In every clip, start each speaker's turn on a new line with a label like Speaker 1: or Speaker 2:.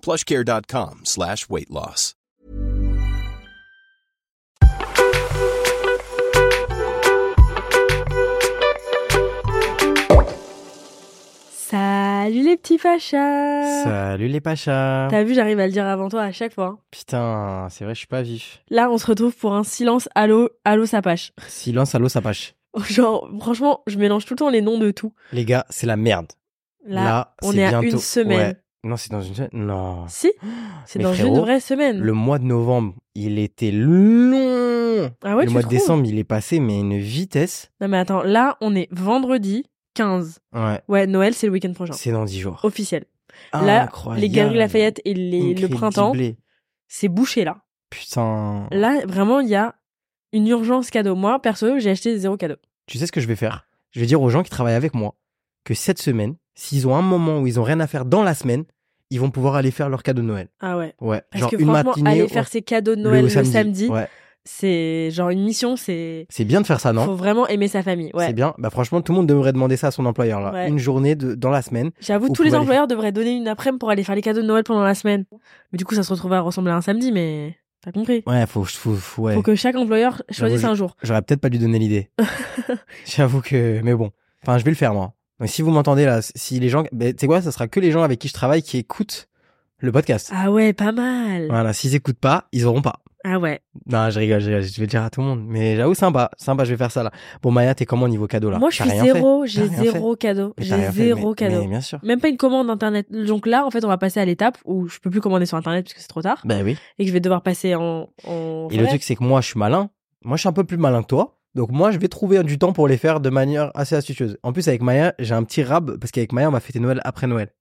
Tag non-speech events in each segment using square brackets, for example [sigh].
Speaker 1: plushcare.com slash weight loss.
Speaker 2: Salut les petits fachas
Speaker 3: Salut les Pachas
Speaker 2: T'as vu, j'arrive à le dire avant toi à chaque fois. hein.
Speaker 3: Putain, c'est vrai, je suis pas vif.
Speaker 2: Là, on se retrouve pour un silence allô, allô sapache. [laughs]
Speaker 3: Silence à l'eau, ça pâche.
Speaker 2: Genre, franchement, je mélange tout le temps les noms de tout.
Speaker 3: Les gars, c'est la merde.
Speaker 2: Là, on
Speaker 3: c'est
Speaker 2: est à
Speaker 3: bientôt-
Speaker 2: une semaine. Mm.
Speaker 3: Ouais. Non, c'est dans une semaine. Non. [gasps]
Speaker 2: Si, c'est
Speaker 3: Mais
Speaker 2: dans
Speaker 3: frérot,
Speaker 2: une vraie semaine.
Speaker 3: Le mois de novembre, il était long.
Speaker 2: Ah ouais,
Speaker 3: le
Speaker 2: tu
Speaker 3: mois de
Speaker 2: trouves
Speaker 3: décembre, il est passé, mais à une vitesse.
Speaker 2: Non mais attends, là, on est vendredi 15.
Speaker 3: Ouais.
Speaker 2: Ouais, Noël, c'est le week-end prochain.
Speaker 3: C'est Oh, dans 10 jours.
Speaker 2: Officiel. Oh, Là,
Speaker 3: Incroyable.
Speaker 2: les Galeries Lafayette et les- le
Speaker 3: Incrédible.
Speaker 2: printemps, c'est bouché là.
Speaker 3: Putain.
Speaker 2: Là, vraiment, il y a une urgence cadeau. Moi, perso, j'ai acheté zéro cadeau.
Speaker 3: Tu sais ce que je vais faire Je vais dire aux gens qui travaillent avec moi que cette semaine, s'ils ont un moment où ils ont rien à faire dans la semaine, ils vont pouvoir aller faire leur cadeau de Noël.
Speaker 2: Ah ouais.
Speaker 3: Ouais.
Speaker 2: Parce
Speaker 3: genre
Speaker 2: que
Speaker 3: une
Speaker 2: franchement,
Speaker 3: matinée.
Speaker 2: aller
Speaker 3: ouais,
Speaker 2: faire ses cadeaux de Noël le samedi,
Speaker 3: Ouais.
Speaker 2: c'est genre une mission, c'est...
Speaker 3: C'est bien de faire ça, non
Speaker 2: Faut vraiment aimer sa famille.
Speaker 3: C'est
Speaker 2: Ouais.
Speaker 3: bien. Bah franchement, tout le monde devrait demander ça à son employeur là.
Speaker 2: Ouais.
Speaker 3: Une journée de, dans la semaine.
Speaker 2: J'avoue,
Speaker 3: Vous
Speaker 2: tous les
Speaker 3: pouvez aller-
Speaker 2: employeurs devraient donner une après-midi pour aller faire les cadeaux de Noël pendant la semaine. Mais du coup, ça se retrouvait à ressembler à un samedi, mais t'as compris.
Speaker 3: Ouais, faut, faut, faut- ouais.
Speaker 2: Faut que chaque employeur choisisse
Speaker 3: J'avoue,
Speaker 2: un jour.
Speaker 3: J'aurais peut-être pas dû
Speaker 2: [laughs]
Speaker 3: donner l'idée. J'avoue que, mais bon. Enfin, je vais le faire moi. Donc si vous m'entendez là, si les gens, bah, tu sais quoi, ça sera que les gens avec qui je travaille qui écoutent le podcast.
Speaker 2: Ah ouais, pas mal.
Speaker 3: Voilà, s'ils écoutent pas, ils auront pas.
Speaker 2: Ah ouais.
Speaker 3: Non, je rigole, je rigole, je vais le dire à tout le monde. Mais j'avoue, sympa, sympa, je vais faire ça là. Bon, Maya, t'es comment au niveau cadeau là
Speaker 2: Moi, je
Speaker 3: T'as
Speaker 2: suis
Speaker 3: rien fait
Speaker 2: zéro, j'ai
Speaker 3: rien fait.
Speaker 2: zéro cadeau.
Speaker 3: Mais t'as rien
Speaker 2: J'ai
Speaker 3: fait,
Speaker 2: zéro
Speaker 3: mais-
Speaker 2: cadeau.
Speaker 3: Mais bien sûr.
Speaker 2: Même pas une commande internet. Donc là, en fait, on va passer à l'étape où je peux plus commander sur internet parce que c'est trop tard
Speaker 3: Bah oui.
Speaker 2: et que je vais devoir passer en. en
Speaker 3: Et le
Speaker 2: vrai.
Speaker 3: truc, c'est que moi, je suis malin. Moi, je suis un peu plus malin que toi. Donc, moi, je vais trouver du temps pour les faire de manière assez astucieuse. En plus, avec Maya, j'ai un petit rab parce qu'avec Maya, on va fêter Noël après Noël.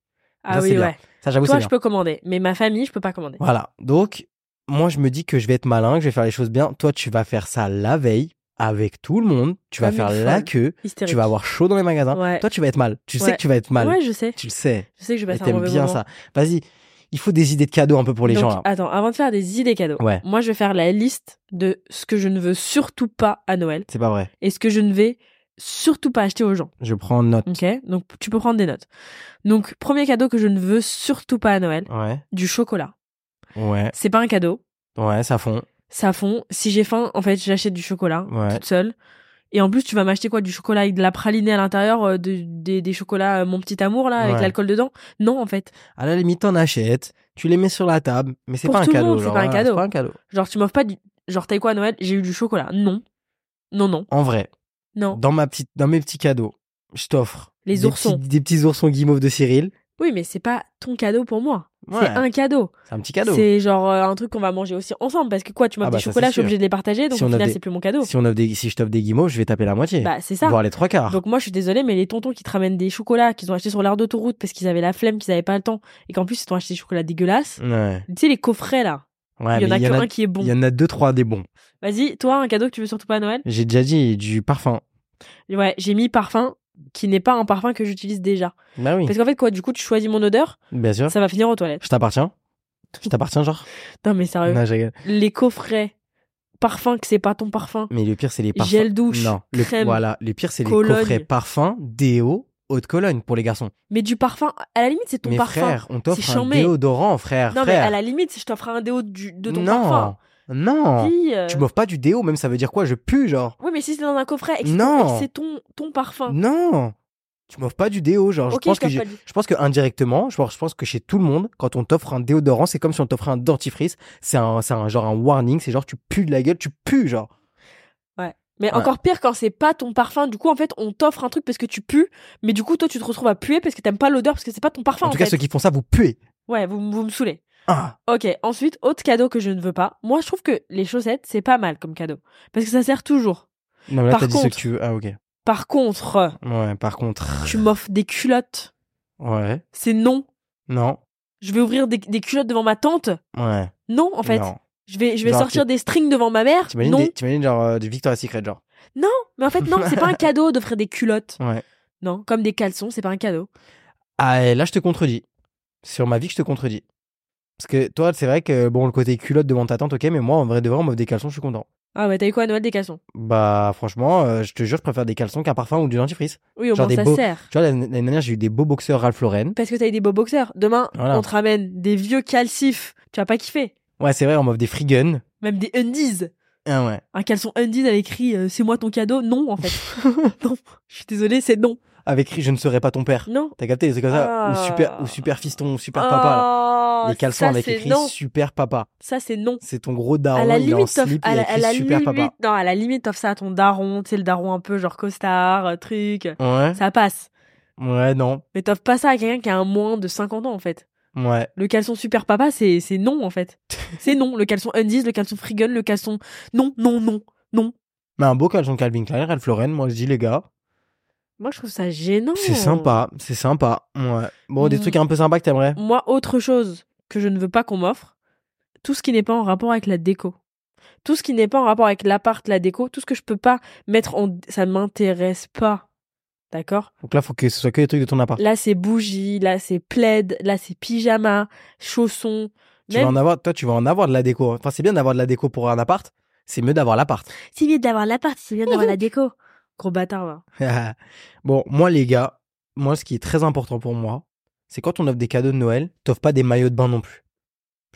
Speaker 2: ah
Speaker 3: ça,
Speaker 2: oui,
Speaker 3: c'est bien.
Speaker 2: ouais.
Speaker 3: Ça, j'avoue, c'est
Speaker 2: Toi,
Speaker 3: bien.
Speaker 2: je peux commander, mais ma famille, je peux pas commander.
Speaker 3: Voilà. Donc, moi, je me dis que je vais être malin, que je vais faire les choses bien. Toi, tu vas faire ça la veille avec tout le monde. Tu vas
Speaker 2: Comme
Speaker 3: faire
Speaker 2: une
Speaker 3: la
Speaker 2: folle.
Speaker 3: queue.
Speaker 2: Hystérique.
Speaker 3: Tu vas avoir chaud dans les magasins.
Speaker 2: Ouais.
Speaker 3: Toi, tu vas être mal. Tu sais
Speaker 2: Ouais.
Speaker 3: que tu vas être mal.
Speaker 2: Ouais, je sais.
Speaker 3: Tu le sais.
Speaker 2: Je sais que je vais
Speaker 3: Et
Speaker 2: passer un
Speaker 3: t'aimes
Speaker 2: mauvais
Speaker 3: bien
Speaker 2: moment.
Speaker 3: ça. Vas-y. Il faut des idées de cadeaux un peu pour les
Speaker 2: Donc,
Speaker 3: gens là.
Speaker 2: Attends, avant de faire des idées cadeaux,
Speaker 3: Ouais.
Speaker 2: moi je vais faire la liste de ce que je ne veux surtout pas à Noël
Speaker 3: C'est pas vrai.
Speaker 2: et ce que je ne vais surtout pas acheter aux gens.
Speaker 3: Je prends note.
Speaker 2: Ok Donc tu peux prendre des notes. Donc, premier cadeau que je ne veux surtout pas à Noël,
Speaker 3: Ouais.
Speaker 2: du chocolat.
Speaker 3: Ouais.
Speaker 2: C'est pas un cadeau,
Speaker 3: Ouais, ça fond.
Speaker 2: ça fond. Si j'ai faim, en fait, j'achète du chocolat
Speaker 3: Ouais.
Speaker 2: toute seule. Et en plus, tu vas m'acheter quoi Du chocolat avec de la pralinée à l'intérieur, euh, de- des, des chocolats euh, Mon Petit Amour, là, avec
Speaker 3: Ouais.
Speaker 2: l'alcool dedans Non, en fait.
Speaker 3: À la limite, t'en achètes, tu les mets sur la table, mais c'est
Speaker 2: Pour
Speaker 3: pas, un
Speaker 2: tout le
Speaker 3: cadeau.
Speaker 2: monde, c'est
Speaker 3: genre,
Speaker 2: pas un
Speaker 3: voilà,
Speaker 2: cadeau.
Speaker 3: C'est pas un cadeau.
Speaker 2: Genre, tu m'offres pas du... Genre, t'as eu quoi à Noël J'ai eu du chocolat. Non. Non, non.
Speaker 3: En vrai,
Speaker 2: Non.
Speaker 3: dans, ma petite, dans mes petits cadeaux, je t'offre
Speaker 2: Les
Speaker 3: des
Speaker 2: oursons.
Speaker 3: petits- des petits oursons guimauves de Cyril.
Speaker 2: Oui, mais c'est pas ton cadeau pour moi.
Speaker 3: Ouais,
Speaker 2: C'est un cadeau.
Speaker 3: c'est un petit cadeau.
Speaker 2: C'est genre euh, un truc qu'on va manger aussi ensemble. Parce que quoi, tu m'offres
Speaker 3: Ah bah,
Speaker 2: des
Speaker 3: ça,
Speaker 2: chocolats,
Speaker 3: c'est
Speaker 2: je suis
Speaker 3: sûr.
Speaker 2: obligée de les partager. Donc
Speaker 3: Si
Speaker 2: au
Speaker 3: on offre
Speaker 2: final,
Speaker 3: des-
Speaker 2: c'est plus mon cadeau.
Speaker 3: Si, on offre des, si je t'offre des guimauves, je vais taper la moitié,
Speaker 2: Bah, c'est ça.
Speaker 3: voire les trois quarts.
Speaker 2: Donc moi, je suis désolée, mais les tontons qui te ramènent des chocolats qu'ils ont achetés sur l'aire d'autoroute parce qu'ils avaient la flemme, qu'ils avaient pas le temps. Et qu'en plus, ils t'ont acheté des chocolats dégueulasses.
Speaker 3: Ouais.
Speaker 2: Tu sais, les coffrets là.
Speaker 3: Mm. Ouais,
Speaker 2: il y en
Speaker 3: mais
Speaker 2: a
Speaker 3: il
Speaker 2: que
Speaker 3: y en a-
Speaker 2: un qui est bon.
Speaker 3: il y en a deux, trois des bons.
Speaker 2: Vas-y, toi, un cadeau que tu veux surtout pas à Noël
Speaker 3: J'ai déjà dit du parfum.
Speaker 2: Ouais, j'ai mis parfum qui n'est pas un parfum que j'utilise déjà.
Speaker 3: Bah oui,
Speaker 2: Parce qu'en fait, quoi, du coup, tu choisis mon odeur,
Speaker 3: bien sûr.
Speaker 2: ça va finir aux toilettes.
Speaker 3: Je t'appartiens Je t'appartiens, genre
Speaker 2: Non, mais sérieux.
Speaker 3: Non, je rigole.
Speaker 2: les coffrets parfum que c'est pas ton parfum
Speaker 3: Mais le pire, c'est les parfums.
Speaker 2: gel douche
Speaker 3: non, le,
Speaker 2: crème
Speaker 3: voilà, le pire, c'est les
Speaker 2: Cologne.
Speaker 3: coffrets parfums, déo, eau de Cologne pour les garçons.
Speaker 2: mais du parfum à la limite c'est ton
Speaker 3: mais
Speaker 2: parfum
Speaker 3: frère, on t'offre un
Speaker 2: chambé.
Speaker 3: déodorant, frère.
Speaker 2: non mais
Speaker 3: frère.
Speaker 2: à la limite je t'offre un déo du- de ton
Speaker 3: non,
Speaker 2: parfum
Speaker 3: non.
Speaker 2: Dis, euh,
Speaker 3: Tu m'offres pas du déo, même ça veut dire quoi Je pue, genre.
Speaker 2: oui mais si c'est dans un coffret et que c'est
Speaker 3: Non.
Speaker 2: ton- et que c'est ton ton parfum
Speaker 3: Non. tu m'offres pas du déo. Genre,
Speaker 2: Oh. Ok,
Speaker 3: je pense
Speaker 2: je
Speaker 3: que
Speaker 2: t'offre
Speaker 3: j'ai-
Speaker 2: pas du-
Speaker 3: je pense que indirectement, je pense, je pense que chez tout le monde, quand on t'offre un déodorant, c'est comme si on t'offrait un dentifrice. C'est un, c'est un genre un warning. C'est genre tu pues de la gueule, tu pues genre.
Speaker 2: Mais
Speaker 3: Ouais.
Speaker 2: encore pire quand c'est pas ton parfum. Du coup, en fait, on t'offre un truc parce que tu pues, mais du coup, toi, tu te retrouves à puer parce que t'aimes pas l'odeur parce que c'est pas ton parfum.
Speaker 3: en
Speaker 2: En,
Speaker 3: tout cas,
Speaker 2: fait.
Speaker 3: ceux qui font ça, vous puez.
Speaker 2: Ouais, vous, vous me saoulez.
Speaker 3: Ah,
Speaker 2: Ok, ensuite, autre cadeau que je ne veux pas. Moi, je trouve que les chaussettes, c'est pas mal comme cadeau. Parce que ça sert toujours.
Speaker 3: non mais là
Speaker 2: Par
Speaker 3: t'as dit ce que
Speaker 2: contre-
Speaker 3: tu veux. Ah ok.
Speaker 2: Par contre,
Speaker 3: Ouais, par contre.
Speaker 2: tu m'offres des culottes.
Speaker 3: Ouais.
Speaker 2: C'est non.
Speaker 3: Non.
Speaker 2: Je vais ouvrir des, des culottes devant ma tante.
Speaker 3: Ouais.
Speaker 2: Non, en fait.
Speaker 3: Non.
Speaker 2: Je vais, je vais
Speaker 3: Genre,
Speaker 2: sortir des strings devant ma mère.
Speaker 3: T'imagines
Speaker 2: Non.
Speaker 3: des- t'imagines genre euh, des Victoria's Secret genre.
Speaker 2: Mais en fait, non, c'est pas
Speaker 3: [laughs]
Speaker 2: un cadeau d'offrir des culottes.
Speaker 3: Ouais.
Speaker 2: Non, comme des caleçons, c'est pas un cadeau.
Speaker 3: Ah, et là, je te contredis. Sur ma vie, je te contredis. Parce que toi, c'est vrai que, bon, le côté culotte devant ta tante, ok, mais moi, en vrai de vrai, on m'offre des caleçons, je suis content.
Speaker 2: Ah, bah, t'as eu quoi à Noël des caleçons
Speaker 3: Bah, franchement, euh, je te jure, je préfère des caleçons qu'un parfum ou du dentifrice.
Speaker 2: Oui, au
Speaker 3: Genre des
Speaker 2: moins ça
Speaker 3: beaux-
Speaker 2: sert.
Speaker 3: Tu vois, l'année l'année dernière, j'ai eu des beaux boxeurs Ralph Lauren.
Speaker 2: Parce que t'as eu des beaux boxeurs. Demain,
Speaker 3: Voilà.
Speaker 2: on te ramène des vieux calcifs. Tu vas pas kiffer.
Speaker 3: Ouais, c'est vrai, on m'offre des free guns.
Speaker 2: Même des undies.
Speaker 3: Ah ouais.
Speaker 2: Un caleçon undies avec écrit euh, C'est moi ton cadeau. Non, en
Speaker 3: [laughs]
Speaker 2: fait. non. Je suis désolée, c'est non.
Speaker 3: Avec écrit, je ne serai pas ton père.
Speaker 2: Non.
Speaker 3: T'as capté, c'est comme ça. Ou
Speaker 2: Ah.
Speaker 3: super, ou super fiston, ou super papa.
Speaker 2: Oh,
Speaker 3: là. Les caleçons
Speaker 2: ça,
Speaker 3: avec
Speaker 2: c'est
Speaker 3: écrit
Speaker 2: non.
Speaker 3: super papa.
Speaker 2: Ça, c'est non.
Speaker 3: C'est ton gros daron,
Speaker 2: À la
Speaker 3: Ah il est en
Speaker 2: limite, t'offres-
Speaker 3: slip,
Speaker 2: à
Speaker 3: il
Speaker 2: la,
Speaker 3: a
Speaker 2: à la
Speaker 3: écrit super
Speaker 2: limite,
Speaker 3: papa.
Speaker 2: non, à la limite, t'offres ça à ton daron, tu sais, le daron un peu genre costard, euh, truc,
Speaker 3: Ouais.
Speaker 2: ça passe.
Speaker 3: Ouais, non.
Speaker 2: Mais t'offres pas ça à quelqu'un qui a un moins de 50 ans, en fait.
Speaker 3: Ouais.
Speaker 2: Le caleçon super papa, c'est c'est non, en
Speaker 3: [laughs]
Speaker 2: fait. c'est non, le caleçon undies, le caleçon free gun, le caleçon... Non, non, non, non.
Speaker 3: Mais un beau caleçon Calvin Klein, Ralph Lauren, moi, je dis, les gars.
Speaker 2: Moi, je trouve ça gênant.
Speaker 3: C'est sympa, c'est sympa. Ouais. Bon, des
Speaker 2: Oh. Mm.
Speaker 3: trucs un peu sympas que t'aimerais.
Speaker 2: Moi, autre chose que je ne veux pas qu'on m'offre, tout ce qui n'est pas en rapport avec la déco. Tout ce qui n'est pas en rapport avec l'appart, la déco, tout ce que je peux pas mettre en... Ça m'intéresse pas. D'accord
Speaker 3: Donc là, faut que ce soit que des trucs de ton appart.
Speaker 2: Là, c'est bougie, là, c'est plaid, là, c'est pyjama, chaussons.
Speaker 3: Tu vas
Speaker 2: Même
Speaker 3: en avoir, toi, tu vas en avoir de la déco. hein. Enfin, c'est bien d'avoir de la déco pour un appart. C'est mieux d'avoir l'appart. [laughs]
Speaker 2: c'est bien d'avoir l'appart, c'est bien d'avoir la déco. Gros bâtard, hein. va.
Speaker 3: bon, moi, les gars, moi, ce qui est très important pour moi, c'est quand on offre des cadeaux de Noël, t'offres pas des maillots de bain non plus.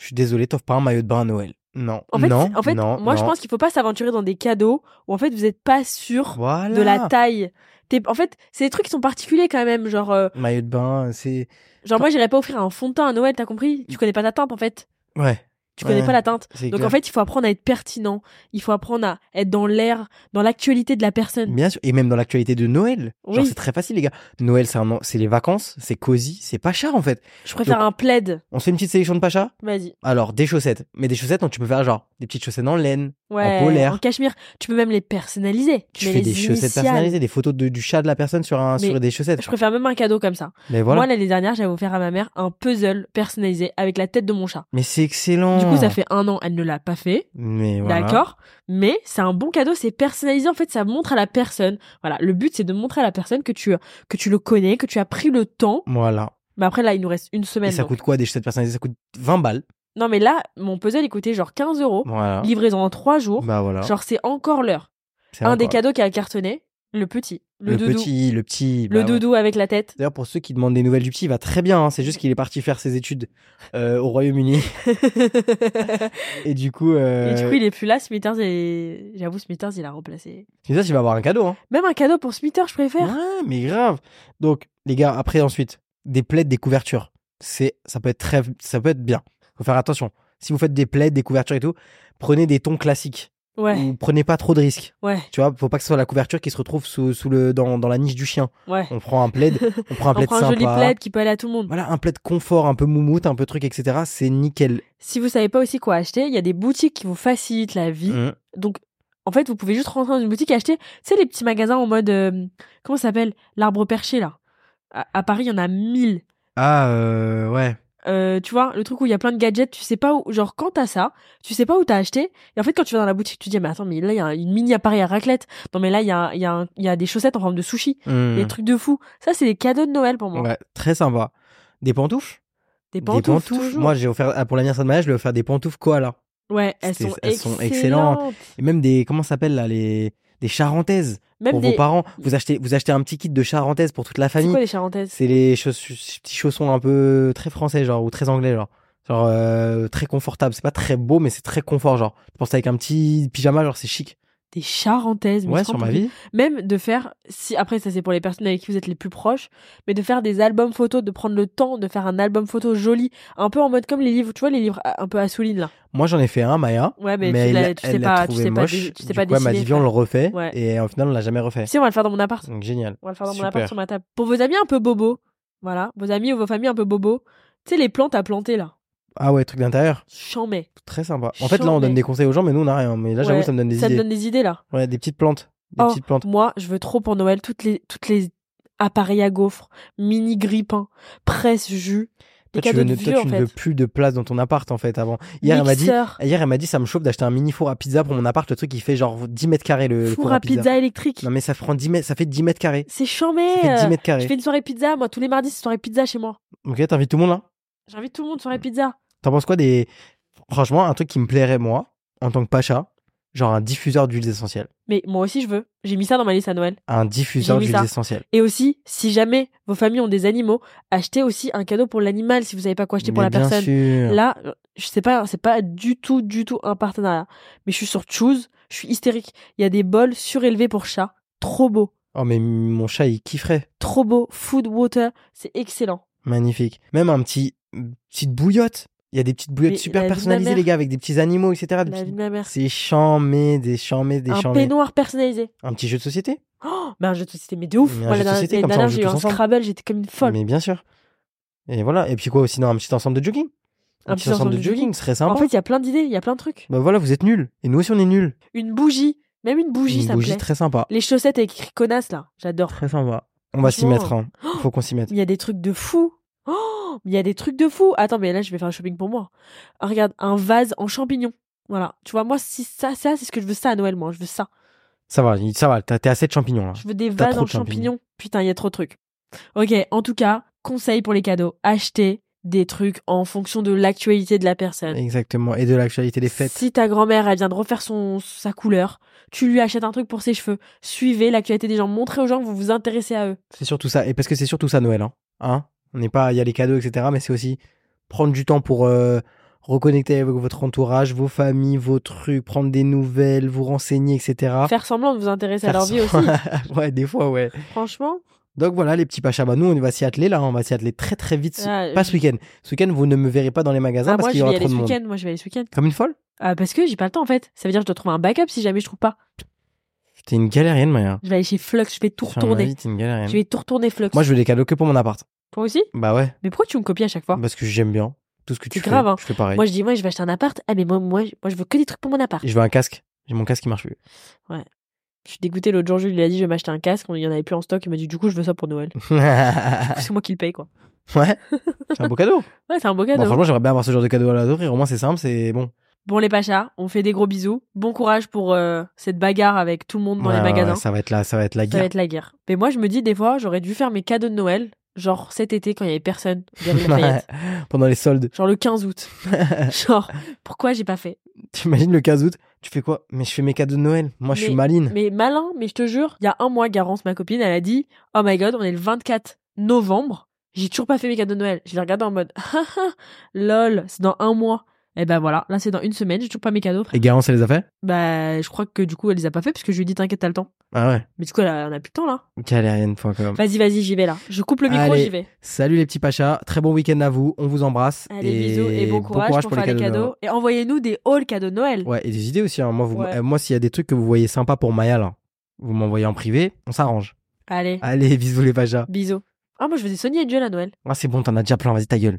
Speaker 3: Je suis désolé, t'offres pas un maillot de bain à Noël. Non.
Speaker 2: En fait,
Speaker 3: non,
Speaker 2: c'est- en fait
Speaker 3: non,
Speaker 2: moi, je
Speaker 3: non.
Speaker 2: pense qu'il faut pas s'aventurer dans des cadeaux où, en fait, vous n'êtes pas sûr
Speaker 3: Voilà.
Speaker 2: de la taille. T'es- En fait, c'est des trucs qui sont particuliers quand même. Genre, euh,
Speaker 3: Maillot de bain, c'est.
Speaker 2: genre moi, j'irais pas offrir un fond de teint à Noël, t'as compris Tu connais pas ta teinte, en fait.
Speaker 3: Ouais.
Speaker 2: Tu connais
Speaker 3: Ouais,
Speaker 2: pas la teinte.
Speaker 3: c'est
Speaker 2: Donc,
Speaker 3: clair.
Speaker 2: en fait, il faut apprendre à être pertinent. Il faut apprendre à être dans l'air, dans l'actualité de la personne.
Speaker 3: Bien sûr, et même dans l'actualité de Noël. Genre,
Speaker 2: Oui.
Speaker 3: c'est très facile, les gars. Noël, c'est un an- c'est les vacances, c'est cosy, c'est pas cher en fait.
Speaker 2: Je préfère un plaid.
Speaker 3: On se fait une petite sélection de Pacha
Speaker 2: Vas-y.
Speaker 3: Alors, des chaussettes. Mais des chaussettes, non, tu peux faire genre des petites chaussettes en laine.
Speaker 2: Ouais,
Speaker 3: en polaire.
Speaker 2: cachemire. Tu peux même les personnaliser.
Speaker 3: Tu
Speaker 2: mets
Speaker 3: fais
Speaker 2: les
Speaker 3: des chaussettes
Speaker 2: initiales.
Speaker 3: personnalisées, des photos de- du chat de la personne sur, un,
Speaker 2: Mais
Speaker 3: sur des
Speaker 2: Je
Speaker 3: chaussettes.
Speaker 2: préfère même un cadeau comme ça.
Speaker 3: Mais voilà.
Speaker 2: Moi, l'année dernière, j'avais offert à ma mère un puzzle personnalisé avec la tête de mon chat.
Speaker 3: Mais c'est excellent.
Speaker 2: Du coup, ça fait un an, elle ne l'a pas fait.
Speaker 3: Mais Ah. voilà.
Speaker 2: D'accord Mais c'est un bon cadeau, c'est personnalisé. En fait, ça montre à la personne. Voilà, le but, c'est de montrer à la personne que tu, que tu le connais, que tu as pris le temps.
Speaker 3: Voilà.
Speaker 2: Mais après, là, il nous reste une
Speaker 3: Et
Speaker 2: semaine.
Speaker 3: ça
Speaker 2: donc.
Speaker 3: coûte quoi des chaussettes personnalisées Ça coûte 20 balles.
Speaker 2: Non, mais là, mon puzzle, il coûtait genre 15 euros.
Speaker 3: Voilà.
Speaker 2: Livraison en 3 jours.
Speaker 3: Bah voilà.
Speaker 2: Genre, c'est encore l'heure.
Speaker 3: C'est
Speaker 2: Un des
Speaker 3: encore-
Speaker 2: cadeaux qui a cartonné, le petit. Le,
Speaker 3: Le
Speaker 2: doudou.
Speaker 3: petit, le petit.
Speaker 2: Le
Speaker 3: bah ouais.
Speaker 2: doudou avec la tête.
Speaker 3: [laughs] D'ailleurs, pour ceux qui demandent des nouvelles du petit, il va très bien. hein. C'est juste qu'il est parti faire ses études euh, au Royaume-Uni. Et du coup. euh,
Speaker 2: Et du coup, il est plus là. Smithers, est... j'avoue, Smithers, il a remplacé.
Speaker 3: Smithers, il va avoir un cadeau. Hein.
Speaker 2: Même un cadeau pour Smithers, je préfère.
Speaker 3: Ouais, mais grave. Donc, les gars, après, ensuite, des plaids, des couvertures. C'est, ça peut être très, ça peut être bien. Faut faire attention. Si vous faites des plaids, des couvertures et tout, prenez des tons classiques.
Speaker 2: Ouais,
Speaker 3: Ou prenez pas trop de risques.
Speaker 2: ouais,
Speaker 3: Tu vois, faut pas que ce soit la couverture qui se retrouve sous, sous le, dans, dans la niche du chien.
Speaker 2: ouais.
Speaker 3: On prend
Speaker 2: [laughs]
Speaker 3: un plaid, on prend un
Speaker 2: On
Speaker 3: plaid
Speaker 2: prend un
Speaker 3: sympa.
Speaker 2: joli plaid qui peut aller à tout le monde.
Speaker 3: Voilà, un plaid confort, un peu moumoute, un peu truc, etc. C'est nickel.
Speaker 2: Si vous savez pas aussi quoi acheter, il y a des boutiques qui vous facilitent la vie.
Speaker 3: Mm.
Speaker 2: Donc, en fait, vous pouvez juste rentrer dans une boutique et acheter, tu sais, les petits magasins en mode, euh, comment ça s'appelle L'arbre perché, là. À, à Paris, il y en a mille.
Speaker 3: Ah, euh, ouais.
Speaker 2: Euh, tu vois, le truc où il y a plein de gadgets, tu sais pas où, genre quand t'as ça, tu sais pas où t'as acheté. Et en fait, quand tu vas dans la boutique, tu te dis, mais attends, mais là, il y a un- une mini appareil à raclette. Non, mais là, il y a, un- il y, a un- il y a des chaussettes en forme de sushi.
Speaker 3: Mm.
Speaker 2: Des trucs de fou. Ça, c'est des cadeaux de Noël pour moi.
Speaker 3: Ouais, très sympa. Des pantoufles
Speaker 2: Des pantoufles. toujours.
Speaker 3: Moi, j'ai offert, ah, pour la mienne, ça de mariage, je lui ai offert des pantoufles koala.
Speaker 2: ouais, elles
Speaker 3: c'était-
Speaker 2: sont,
Speaker 3: elles sont
Speaker 2: excellentes.
Speaker 3: et même des comment ça s'appelle là les des charentaises
Speaker 2: Même
Speaker 3: pour
Speaker 2: des.
Speaker 3: vos parents vous achetez vous achetez un petit kit de charentaises pour toute la
Speaker 2: C'est
Speaker 3: famille
Speaker 2: quoi les charentaises
Speaker 3: c'est les chauss- ces petits chaussons un peu très français genre ou très anglais genre genre euh, très confortable c'est pas très beau mais c'est très confort genre je pense avec un petit pyjama genre c'est chic
Speaker 2: des charentaises. mais
Speaker 3: Ouais,
Speaker 2: sans
Speaker 3: sur ma
Speaker 2: public.
Speaker 3: vie.
Speaker 2: Même de faire, si après ça c'est pour les personnes avec qui vous êtes les plus proches, mais de faire des albums photos, de prendre le temps de faire un album photo joli, un peu en mode comme les livres, tu vois les livres à- un peu à souligne là.
Speaker 3: Moi, j'en ai fait un, Maya.
Speaker 2: Ouais, Ah, mais,
Speaker 3: Mais,
Speaker 2: tu,
Speaker 3: elle,
Speaker 2: l'as- tu
Speaker 3: elle
Speaker 2: sais
Speaker 3: l'a
Speaker 2: pas, tu
Speaker 3: trouvé
Speaker 2: sais pas,
Speaker 3: moche.
Speaker 2: dé- tu sais
Speaker 3: Du
Speaker 2: pas
Speaker 3: coup, elle m'a dit,
Speaker 2: dessiner,
Speaker 3: viens, on le
Speaker 2: frère.
Speaker 3: refait.
Speaker 2: Ouais.
Speaker 3: Et au final, on l'a jamais refait.
Speaker 2: Si on va le faire dans mon appart,
Speaker 3: Donc, génial.
Speaker 2: on va le faire dans mon
Speaker 3: Super.
Speaker 2: appart sur ma table. Pour vos amis un peu bobo, voilà, vos amis ou vos familles un peu bobo, tu sais les plantes à planter là,
Speaker 3: Ah ouais, truc d'intérieur.
Speaker 2: chamais.
Speaker 3: Très sympa. En fait, là, on
Speaker 2: Chambé.
Speaker 3: donne des conseils aux gens, mais nous, on n'a rien. Mais là, j'avoue,
Speaker 2: Ouais,
Speaker 3: ça me donne des
Speaker 2: Ça te
Speaker 3: idées.
Speaker 2: donne des idées là.
Speaker 3: Ouais, des petites plantes. Des
Speaker 2: Oh,
Speaker 3: petites plantes.
Speaker 2: Moi, je veux trop pour Noël toutes les toutes les appareils à gaufres, mini grippins, presse jus, des
Speaker 3: Toi, tu, veux
Speaker 2: cadeaux de
Speaker 3: ne,
Speaker 2: vieux
Speaker 3: toi,
Speaker 2: en
Speaker 3: tu ne
Speaker 2: fait.
Speaker 3: veux plus de place dans ton appart, en fait, avant. Hier, elle m'a dit,
Speaker 2: Mixeur.
Speaker 3: hier, elle m'a dit, ça me chauffe d'acheter un mini four à pizza pour mon appart, le truc, il fait genre 10 mètres carrés, le, le
Speaker 2: four à pizza, électrique.
Speaker 3: Non, mais ça prend 10 mètres, ça fait 10 mètres carrés.
Speaker 2: C'est chambé.
Speaker 3: Ça fait 10
Speaker 2: euh,
Speaker 3: mètres
Speaker 2: Je fais
Speaker 3: carrés.
Speaker 2: une soirée pizza, moi, tous les mardis, c'est soirée pizza chez moi.
Speaker 3: Ok, t'invites tout le monde, là?
Speaker 2: J'invite tout le monde, soirée pizza.
Speaker 3: T'en penses quoi des. Franchement, un truc qui me plairait, moi, en tant que Pacha, genre un diffuseur d'huiles essentielles.
Speaker 2: Mais moi aussi, je veux. J'ai mis ça dans ma liste à Noël.
Speaker 3: Un diffuseur
Speaker 2: J'ai mis
Speaker 3: d'huiles
Speaker 2: ça.
Speaker 3: essentielles.
Speaker 2: Et aussi, si jamais vos familles ont des animaux, achetez aussi un cadeau pour l'animal si vous savez pas quoi acheter pour
Speaker 3: Mais
Speaker 2: la
Speaker 3: bien
Speaker 2: personne.
Speaker 3: sûr.
Speaker 2: Là, je sais pas, c'est pas du tout, du tout un partenariat. Mais je suis sur Choose, je suis hystérique. Il y a des bols surélevés pour chats. Trop beau,
Speaker 3: Oh, mais mon chat, il kifferait.
Speaker 2: trop beau. Food, water, c'est excellent.
Speaker 3: Magnifique. Même un petit. une petite bouillotte. Il y a des petites bouillottes
Speaker 2: Mais la
Speaker 3: super
Speaker 2: vie de ma
Speaker 3: personnalisées,
Speaker 2: mère.
Speaker 3: les gars, avec des petits animaux, etc. Des
Speaker 2: La vie
Speaker 3: petites-
Speaker 2: de ma mère.
Speaker 3: Ah, C'est chamé, des chamés, des
Speaker 2: Un
Speaker 3: chamés.
Speaker 2: peignoir personnalisé.
Speaker 3: Un petit jeu de société.
Speaker 2: Oh, mais un jeu de société, mais de ouf.
Speaker 3: Mais un
Speaker 2: Moi, la
Speaker 3: jeu de
Speaker 2: dernière-
Speaker 3: société,
Speaker 2: l'année
Speaker 3: comme ça, on
Speaker 2: dernière,
Speaker 3: joue
Speaker 2: j'ai eu
Speaker 3: tous
Speaker 2: un
Speaker 3: ensemble.
Speaker 2: Scrabble, j'étais comme une folle.
Speaker 3: Mais bien sûr. Et voilà. Et puis quoi, sinon, un petit ensemble de jogging.
Speaker 2: Un petit ensemble de jogging.
Speaker 3: ce serait
Speaker 2: en
Speaker 3: sympa.
Speaker 2: fait, il y a plein d'idées, il y a plein de trucs.
Speaker 3: Bah voilà, vous êtes nuls. Et nous aussi, on est nuls.
Speaker 2: Une bougie, même une bougie,
Speaker 3: Une
Speaker 2: ça
Speaker 3: bougie
Speaker 2: me plaît.
Speaker 3: très sympa.
Speaker 2: Les chaussettes avec écrit connasse, là, j'adore.
Speaker 3: Très sympa. On va s'y
Speaker 2: Franchement.
Speaker 3: mettre. hein. Il faut qu'on s'y mette.
Speaker 2: Il y a des trucs de fou. Oh, mais il y a des trucs de fou. Attends, mais là, je vais faire un shopping pour moi. Ah, regarde, un vase en champignons. Voilà. Tu vois, moi, si ça, ça, c'est ce que je veux ça à Noël, moi. Je veux ça.
Speaker 3: Ça va, il- ça va. T'as- T'es à 7 champignons là.
Speaker 2: Je veux des
Speaker 3: T'as
Speaker 2: vases
Speaker 3: trop
Speaker 2: en
Speaker 3: de champignons.
Speaker 2: champignons. Putain, il y a trop de trucs. Ok, en tout cas, conseil pour les cadeaux. Achetez des trucs en fonction de l'actualité de la personne.
Speaker 3: Exactement. Et de l'actualité des fêtes.
Speaker 2: Si ta grand-mère, elle vient de refaire son, sa couleur, tu lui achètes un truc pour ses cheveux. Suivez l'actualité des gens. Montrez aux gens que vous vous intéressez à eux.
Speaker 3: C'est surtout ça. Et parce que c'est surtout ça Noël. Hein. Hein on n'est pas. Il y a les cadeaux, etc. Mais c'est aussi prendre du temps pour euh, reconnecter avec votre entourage, vos familles, vos trucs, prendre des nouvelles, vous renseigner, etc.
Speaker 2: [laughs] Faire semblant de vous intéresser à leur vie aussi.
Speaker 3: [laughs] aussi. ouais, des fois, ouais.
Speaker 2: Franchement,
Speaker 3: Donc voilà, les petits pachas. Bah, nous, on va s'y atteler là. On va s'y atteler très très vite. Ce-
Speaker 2: Ah,
Speaker 3: pas ce week-end. Ce week-end, vous ne me verrez pas dans les magasins
Speaker 2: ah,
Speaker 3: parce
Speaker 2: moi,
Speaker 3: qu'il y
Speaker 2: je vais
Speaker 3: aura
Speaker 2: y
Speaker 3: trop
Speaker 2: aller
Speaker 3: de
Speaker 2: ce
Speaker 3: monde.
Speaker 2: week-end. Moi, je vais aller ce week-end.
Speaker 3: Comme une folle.
Speaker 2: Ah, parce que j'ai pas le temps, en fait. Ça veut dire que je dois trouver un backup si jamais je trouve pas.
Speaker 3: T'es une galérienne, Maya.
Speaker 2: Je vais aller chez Flux, je vais tout
Speaker 3: Sur ma
Speaker 2: retourner.
Speaker 3: vie, t'es une galérienne.
Speaker 2: Je vais tout retourner Flux.
Speaker 3: Moi, je veux des cadeaux que pour mon appart.
Speaker 2: Toi aussi
Speaker 3: Bah ouais,
Speaker 2: Mais pourquoi tu me copies à chaque fois
Speaker 3: parce que j'aime bien tout ce que tu
Speaker 2: C'est
Speaker 3: fais.
Speaker 2: grave, hein.
Speaker 3: Je fais pareil.
Speaker 2: Moi, je dis, moi, je vais acheter un appart. Ah, mais moi, moi, je- moi je veux que des trucs pour mon appart.
Speaker 3: Et je veux un casque. J'ai mon casque qui marche plus.
Speaker 2: Je suis dégoûtée. L'autre jour, Jules, il a dit, je vais m'acheter un casque. Il y en avait plus en stock. Il m'a dit, du coup, je veux ça pour Noël. [laughs]
Speaker 3: ouais,
Speaker 2: C'est moi qui le paye, quoi.
Speaker 3: c'est un beau cadeau.
Speaker 2: Ouais, c'est un beau [laughs]
Speaker 3: Bon,
Speaker 2: cadeau.
Speaker 3: franchement, j'aimerais bien avoir ce genre de cadeau à l'offrir. Au moins, c'est simple, c'est bon.
Speaker 2: Bon les Pachas, on fait des gros bisous. Bon courage pour euh, cette bagarre avec tout le monde dans
Speaker 3: Ouais,
Speaker 2: les
Speaker 3: ouais,
Speaker 2: magasins.
Speaker 3: ouais,
Speaker 2: ça
Speaker 3: ça va être la, ça va être la
Speaker 2: va
Speaker 3: guerre.
Speaker 2: être la guerre. Mais moi je me dis des fois j'aurais dû faire mes cadeaux de Noël, genre cet été quand il y avait personne, Galerie Lafayette.
Speaker 3: [laughs] Ouais, Pendant les soldes. [laughs]
Speaker 2: genre le 15 [laughs] août. genre pourquoi j'ai pas fait
Speaker 3: T'imagines le 15 août Tu fais quoi Mais je fais mes cadeaux de Noël. Moi, je
Speaker 2: Mais-
Speaker 3: suis maline.
Speaker 2: Mais malin, mais je te jure, il y a un mois Garance ma copine, elle a dit "Oh my god, on est le 24 novembre, j'ai toujours pas fait mes cadeaux de Noël." Je l'ai regardé en mode [laughs] "Ah, ah, "Lol, c'est dans un mois." Et ben voilà, là c'est dans une semaine, j'ai toujours pas mes cadeaux.
Speaker 3: Et Garance, elle les a fait
Speaker 2: Bah je crois que du coup elle les a pas fait parce que je lui ai dit "T'inquiète, t'as le temps."
Speaker 3: Ah ouais.
Speaker 2: Mais du coup elle a- on a plus le temps là.
Speaker 3: Galérienne.com.
Speaker 2: Vas-y, vas-y, j'y vais là. Je coupe le micro,
Speaker 3: Allez.
Speaker 2: j'y vais.
Speaker 3: Salut les petits pachas. Très bon week-end à vous. On vous embrasse.
Speaker 2: Allez, bisous et bon courage, pour, faire les
Speaker 3: de Noël.
Speaker 2: cadeaux. Et envoyez-nous des hauls cadeaux de Noël.
Speaker 3: Ouais, et des idées aussi. hein. Moi, vous-
Speaker 2: Ouais.
Speaker 3: euh, moi s'il y a des trucs que vous voyez sympas pour Maya, là, vous m'envoyez en privé, on s'arrange.
Speaker 2: Allez,
Speaker 3: Allez, bisous les pajas.
Speaker 2: bisous. Ah, moi je faisais Sony et Joel à Noël.
Speaker 3: Ah, c'est bon, t'en as déjà plein, vas-y, ta gueule.